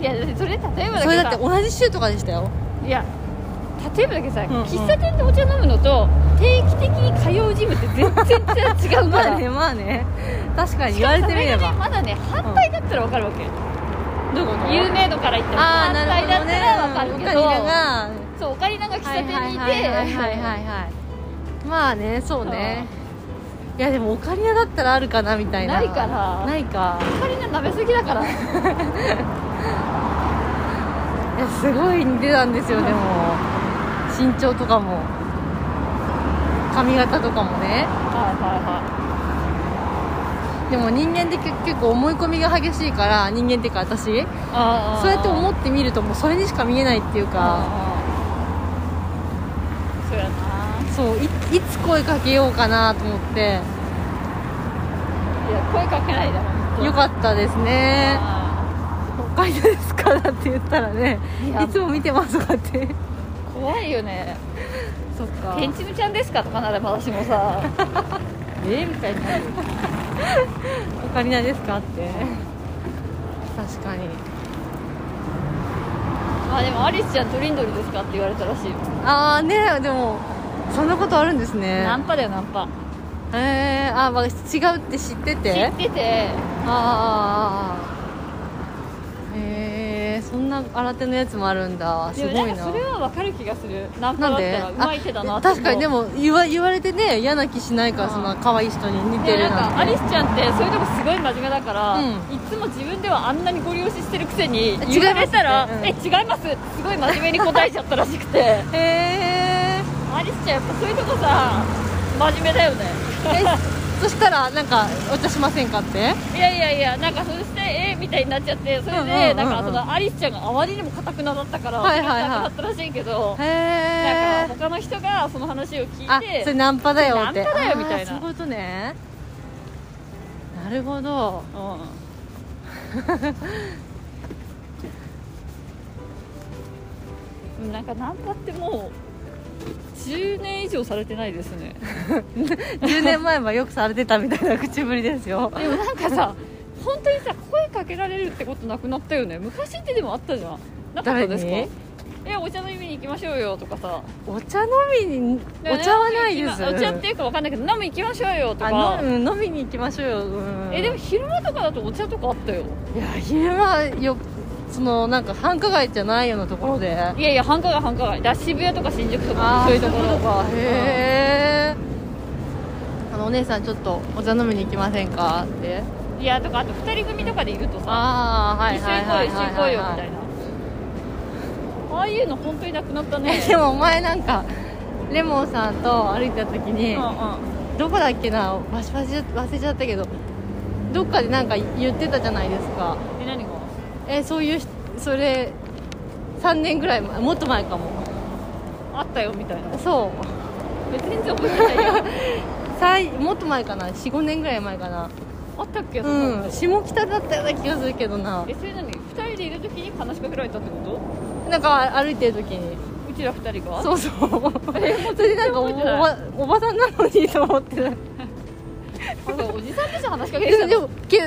Speaker 1: いやだってそれ例えばだけ
Speaker 2: ら
Speaker 1: ど
Speaker 2: それだって同じ週とかでしたよ
Speaker 1: いや例えばだけどさ、
Speaker 2: んうん
Speaker 1: 喫茶店でお茶飲むのと定期的に通うジムって全然違うか
Speaker 2: ま
Speaker 1: ら [LAUGHS]
Speaker 2: あねまあね確かに
Speaker 1: し
Speaker 2: 言
Speaker 1: か
Speaker 2: わ
Speaker 1: も
Speaker 2: れ
Speaker 1: そ
Speaker 2: てみ
Speaker 1: れ
Speaker 2: れ
Speaker 1: がね
Speaker 2: ば
Speaker 1: まだね反対だったら分かるわけ、
Speaker 2: どういうこと
Speaker 1: 有名度から言っても
Speaker 2: ああ
Speaker 1: 反
Speaker 2: なる
Speaker 1: 対だ
Speaker 2: ほ
Speaker 1: っ
Speaker 2: ど
Speaker 1: た
Speaker 2: ね
Speaker 1: ら分かるけど
Speaker 2: オカリナが
Speaker 1: そうオカリナが喫茶店にいて
Speaker 2: はいはいはいはいはいまあねそうねいやでもオカリナだったらあるかなみたいな
Speaker 1: ないから
Speaker 2: ないか
Speaker 1: オカリナ舐めすぎだから
Speaker 2: いやすごい似てたんですよでも身長とかも髪型とかもね
Speaker 1: は
Speaker 2: でも人間って結結構思い込みが激しいから人間っていうか私
Speaker 1: いはいあ
Speaker 2: そうやって思
Speaker 1: っ
Speaker 2: ってみるともうそれにしか見えないっていうか
Speaker 1: そうやな
Speaker 2: そういいつ声かけようかなと思って
Speaker 1: いや声かけないだろ
Speaker 2: よ
Speaker 1: っ
Speaker 2: かったですね
Speaker 1: た
Speaker 2: 北海道ですからって言ったらね
Speaker 1: いや
Speaker 2: いつも見てますとかって
Speaker 1: 怖いよね
Speaker 2: そっか
Speaker 1: 天チムちゃんですかとかなら私も
Speaker 2: [LAUGHS]
Speaker 1: さえみたいになる
Speaker 2: オカリナですかって確かに
Speaker 1: あでもアリスちゃんトリンドルですかって言われたらしいよ
Speaker 2: ああねでもそんなことあるんですね
Speaker 1: ナンパだよナンパ
Speaker 2: えー、あ、まあ、違うって知
Speaker 1: 知
Speaker 2: ってて
Speaker 1: ってて
Speaker 2: あーあーあーあーへえそんな新手のやつもあるんだす
Speaker 1: で
Speaker 2: ご
Speaker 1: も
Speaker 2: い
Speaker 1: な
Speaker 2: な
Speaker 1: か
Speaker 2: ん
Speaker 1: それはわかる気がするナンパだっ
Speaker 2: なん
Speaker 1: た
Speaker 2: で
Speaker 1: らうまい手だな
Speaker 2: あ
Speaker 1: って思う
Speaker 2: 確かにでも言わ言われてね嫌な気しないか
Speaker 1: う
Speaker 2: ら
Speaker 1: ん
Speaker 2: そんな可愛い人に似て
Speaker 1: でなん
Speaker 2: るなん
Speaker 1: かア
Speaker 2: て
Speaker 1: リスちゃんってそういうとこすごい真面目だから、
Speaker 2: うん
Speaker 1: いつも自分ではあんなにご利用ししてるくせに
Speaker 2: ます
Speaker 1: 言われたら「
Speaker 2: うん
Speaker 1: え違います」ってすごい真面目に答えちゃったらしくて
Speaker 2: へえ
Speaker 1: アリスちゃんやっぱそういうとこさ真面目だよね
Speaker 2: そしたらなんかお茶しませんかって
Speaker 1: いやいやいやなんかそしてえみたいになっちゃってそれで、
Speaker 2: うんうんうんうん
Speaker 1: なんかそのアリスちゃんがあまりにもかたくなだったから、
Speaker 2: はいはいはい
Speaker 1: なかったらしいけど
Speaker 2: へ
Speaker 1: なん
Speaker 2: え
Speaker 1: か他の人がその話を聞
Speaker 2: あ
Speaker 1: い
Speaker 2: それ
Speaker 1: て
Speaker 2: ナンパだよって
Speaker 1: ナンパだよみたいな
Speaker 2: あーそういうことねなるほど
Speaker 1: うんでもなん [LAUGHS] かナンパってもう10年以上されてないです
Speaker 2: [LAUGHS]
Speaker 1: ね
Speaker 2: 10年前はよくされてたみたいな口ぶりですよ [LAUGHS]
Speaker 1: でもなんかさ本当にさ声かけられるってことなくなったよね昔ってでもあったじゃんなかったですか
Speaker 2: 誰に
Speaker 1: えお茶飲みに行きましょうよとかさ
Speaker 2: お茶飲みにお茶はないです
Speaker 1: お茶っていうかわかんないけど飲み行きましょうよと
Speaker 2: あ
Speaker 1: か
Speaker 2: 飲む飲みに行きましょうよ、うん
Speaker 1: えでも昼間とかだとお茶とかあったよ
Speaker 2: いや昼間よそのなんか繁華街じゃないようなところで
Speaker 1: いやいや繁華街繁華街だから渋谷とか新宿とか
Speaker 2: あ
Speaker 1: そ
Speaker 2: ー
Speaker 1: ういうところ
Speaker 2: そういうとこかへえあのお姉さんちょっとお茶飲みに行きませんかって
Speaker 1: うんいやとかあと2人組とかでいるとさ
Speaker 2: ああは
Speaker 1: 一
Speaker 2: い
Speaker 1: 緒
Speaker 2: はい
Speaker 1: に行こ
Speaker 2: は
Speaker 1: う
Speaker 2: い
Speaker 1: よ一緒に行こうよみたいなああいうの本当になくなったね [LAUGHS]
Speaker 2: [LAUGHS] えでもお前なんかレモンさんと歩いてた時に、
Speaker 1: うんうん
Speaker 2: どこだっけなわし忘れ忘れちゃったけどどっかでなんか言ってたじゃないですか
Speaker 1: え何が
Speaker 2: えそういうひそれ3年ぐらい前もっと前かも
Speaker 1: あったよみたいな
Speaker 2: そう
Speaker 1: え全然覚えてないよ [LAUGHS]
Speaker 2: 最もっと前かな45年ぐらい前かな
Speaker 1: あったっけそんな
Speaker 2: う
Speaker 1: こ
Speaker 2: ん
Speaker 1: と
Speaker 2: 下北だったような気がするけどな
Speaker 1: えそれ何2人でいる時に話しかけられたってこ
Speaker 2: なんか歩いてる時に
Speaker 1: とうちら2人が
Speaker 2: そうそうそれでなんかお
Speaker 1: 覚えてない
Speaker 2: ばおばさんなのにと思ってた
Speaker 1: なんかおじさんたち話しかけてきた
Speaker 2: で
Speaker 1: の
Speaker 2: も [LAUGHS] け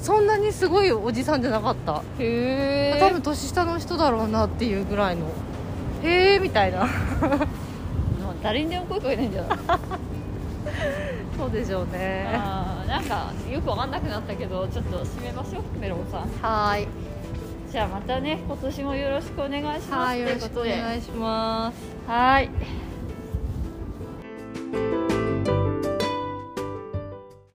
Speaker 2: そんなにすごいおじさんじゃなかった
Speaker 1: へ
Speaker 2: 多分年下の人だろうなっていうぐらいのへえみたいな
Speaker 1: 誰にでも声かけないんじゃない
Speaker 2: [LAUGHS] そうでしょうね
Speaker 1: あーなんかよくわかんなくなったけどちょっと締めましょうメロンさん
Speaker 2: はーい
Speaker 1: じゃあまたね今年もよろしくお願いします
Speaker 2: はい
Speaker 1: という
Speaker 2: よろ
Speaker 1: こ
Speaker 2: しく
Speaker 1: と
Speaker 2: お
Speaker 1: で
Speaker 2: 願いします
Speaker 1: はい